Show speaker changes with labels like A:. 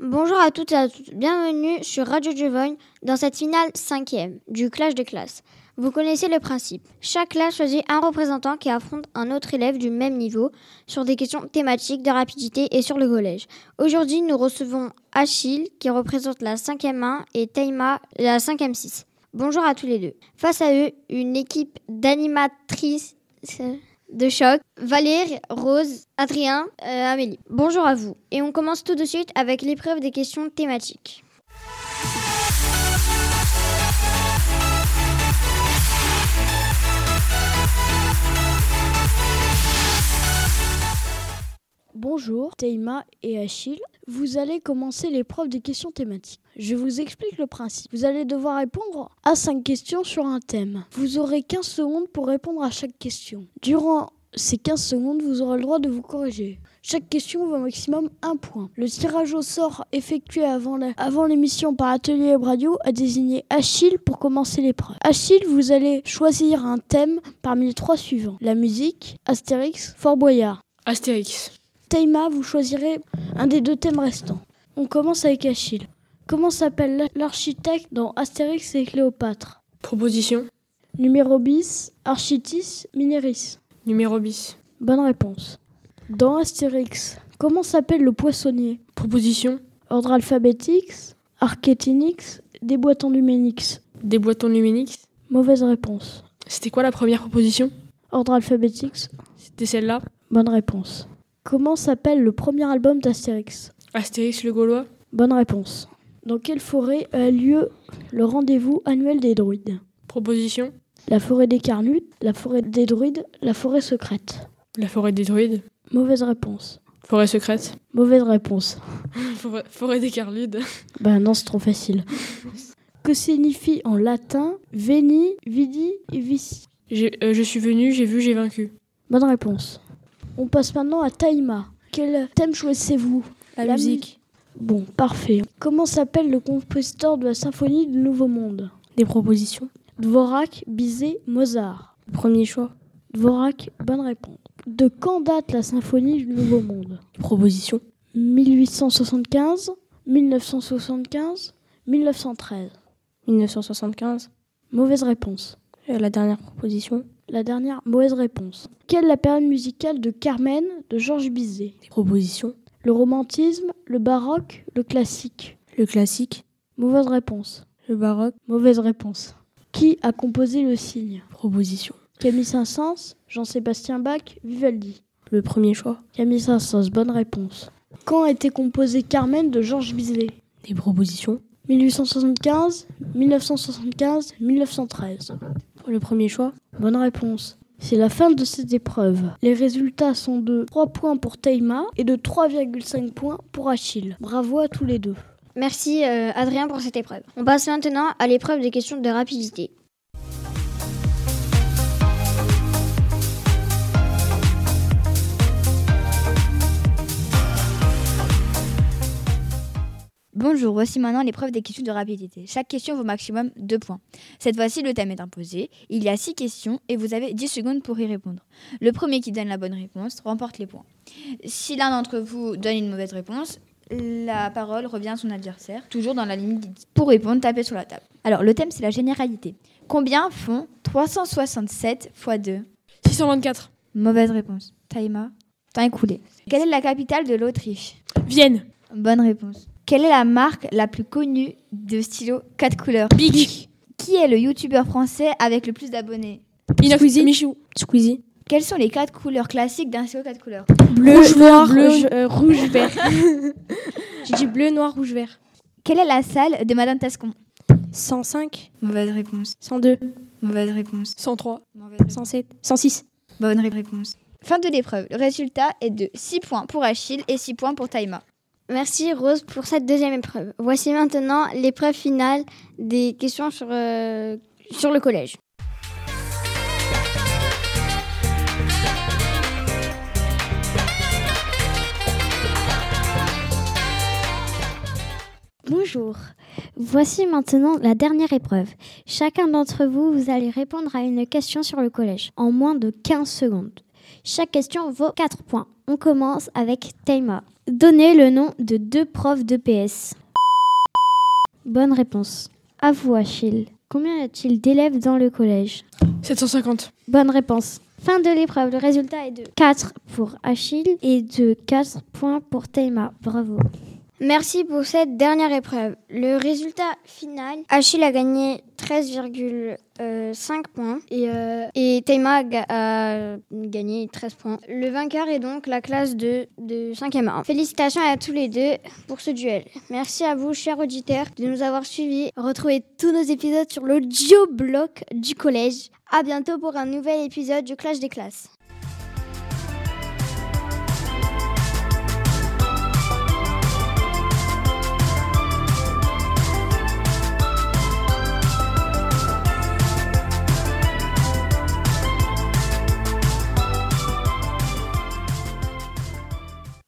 A: Bonjour à toutes et à tous, bienvenue sur Radio Giovanni dans cette finale cinquième du clash des classes. Vous connaissez le principe. Chaque classe choisit un représentant qui affronte un autre élève du même niveau sur des questions thématiques de rapidité et sur le collège. Aujourd'hui, nous recevons Achille qui représente la 5e 1 et Taïma la 5e 6. Bonjour à tous les deux. Face à eux, une équipe d'animatrices de choc. Valérie, Rose, Adrien, euh, Amélie. Bonjour à vous. Et on commence tout de suite avec l'épreuve des questions thématiques.
B: Bonjour, Teima et Achille. Vous allez commencer l'épreuve des questions thématiques. Je vous explique le principe. Vous allez devoir répondre à 5 questions sur un thème. Vous aurez 15 secondes pour répondre à chaque question. Durant ces 15 secondes, vous aurez le droit de vous corriger. Chaque question vaut au maximum un point. Le tirage au sort effectué avant, la- avant l'émission par Atelier Web Radio a désigné Achille pour commencer l'épreuve. Achille, vous allez choisir un thème parmi les trois suivants. La musique, Astérix, Fort Boyard.
C: Astérix.
B: Taïma, vous choisirez un des deux thèmes restants. On commence avec Achille. Comment s'appelle l'ar- l'architecte dans Astérix et Cléopâtre
C: Proposition.
B: Numéro bis, Architis Mineris.
C: Numéro bis.
B: Bonne réponse. Dans Astérix, comment s'appelle le poissonnier
C: Proposition.
B: Ordre alphabétique, Archétinix, déboîtant d'Huménix.
C: Des boîtons Numénix.
B: Mauvaise réponse.
C: C'était quoi la première proposition
B: Ordre alphabétique,
C: C'était celle-là.
B: bonne réponse. Comment s'appelle le premier album d'Astérix
C: Astérix le Gaulois.
B: Bonne réponse. Dans quelle forêt a lieu le rendez-vous annuel des druides
C: Proposition.
B: La forêt des Carnutes, la forêt des druides, la forêt secrète.
C: La forêt des druides.
B: Mauvaise réponse.
C: Forêt secrète.
B: Mauvaise réponse.
C: Forêt, forêt des Carludes.
B: Ben non, c'est trop facile. que signifie en latin veni, vidi et vici
C: J'ai- euh, je suis venu, j'ai vu, j'ai vaincu.
B: Bonne réponse. On passe maintenant à Taïma. Quel thème choisissez-vous
C: La musique.
B: mu- Bon, parfait. Comment s'appelle le compositeur de la symphonie du Nouveau Monde
C: Des propositions.
B: Dvorak, Bizet, Mozart.
C: Premier choix.
B: Vorak, bonne réponse. De quand date la symphonie du Nouveau Monde
C: Proposition.
B: 1875, 1975, 1913.
C: 1975.
B: Mauvaise réponse.
C: Euh, la dernière proposition.
B: La dernière mauvaise réponse. Quelle est la période musicale de Carmen de Georges Bizet
C: Des propositions.
B: Le romantisme, le baroque, le classique
C: Le classique.
B: Mauvaise réponse.
C: Le baroque.
B: Mauvaise réponse. Qui a composé le signe
C: Proposition.
B: Camille Saint-Saëns, Jean-Sébastien Bach, Vivaldi.
C: Le premier choix.
B: Camille Saint-Saëns, bonne réponse. Quand a été composé Carmen de Georges Bizet
C: Des propositions.
B: 1875, 1975, 1913.
C: Le premier choix.
B: Bonne réponse. C'est la fin de cette épreuve. Les résultats sont de 3 points pour Taïma et de 3,5 points pour Achille. Bravo à tous les deux.
A: Merci euh, Adrien pour cette épreuve. On passe maintenant à l'épreuve des questions de rapidité.
D: Bonjour, voici maintenant l'épreuve des questions de rapidité. Chaque question vaut maximum 2 points. Cette fois-ci, le thème est imposé. Il y a 6 questions et vous avez 10 secondes pour y répondre. Le premier qui donne la bonne réponse remporte les points. Si l'un d'entre vous donne une mauvaise réponse, la parole revient à son adversaire, toujours dans la limite des 10. Pour répondre, tapez sur la table. Alors, le thème, c'est la généralité. Combien font 367 x 2
C: 624.
D: Mauvaise réponse. Taïma, temps écoulé. Quelle est la capitale de l'Autriche
C: Vienne.
D: Bonne réponse. Quelle est la marque la plus connue de stylos 4 couleurs
C: Big.
D: Qui est le youtubeur français avec le plus d'abonnés
C: Inox. Michou. Squeezie.
D: Quelles sont les 4 couleurs classiques d'un stylo 4 couleurs
C: Bleu, noir, rouge, euh, rouge, vert. J'ai dit bleu, noir, rouge, vert.
D: Quelle est la salle de Madame Tascon
C: 105,
D: Mauvaise réponse.
C: 102,
D: Mauvaise réponse.
C: 103,
D: Mauvaise réponse.
C: 107, 106.
D: Bonne réponse. Fin de l'épreuve. Le résultat est de 6 points pour Achille et 6 points pour Taïma.
A: Merci Rose pour cette deuxième épreuve. Voici maintenant l'épreuve finale des questions sur, euh, sur le collège.
E: Bonjour. Voici maintenant la dernière épreuve. Chacun d'entre vous, vous allez répondre à une question sur le collège en moins de 15 secondes.
B: Chaque question vaut 4 points. On commence avec Taima. Donnez le nom de deux profs de PS. Bonne réponse. À vous, Achille. Combien y a-t-il d'élèves dans le collège
C: 750.
B: Bonne réponse. Fin de l'épreuve. Le résultat est de 4 pour Achille et de 4 points pour Taima. Bravo.
A: Merci pour cette dernière épreuve. Le résultat final, Achille a gagné 13,5 points et, euh, et Taima a, ga- a gagné 13 points. Le vainqueur est donc la classe de, de 5e A. Félicitations à tous les deux pour ce duel. Merci à vous, chers auditeurs, de nous avoir suivis. Retrouvez tous nos épisodes sur l'audio blog du collège. À bientôt pour un nouvel épisode du Clash des classes.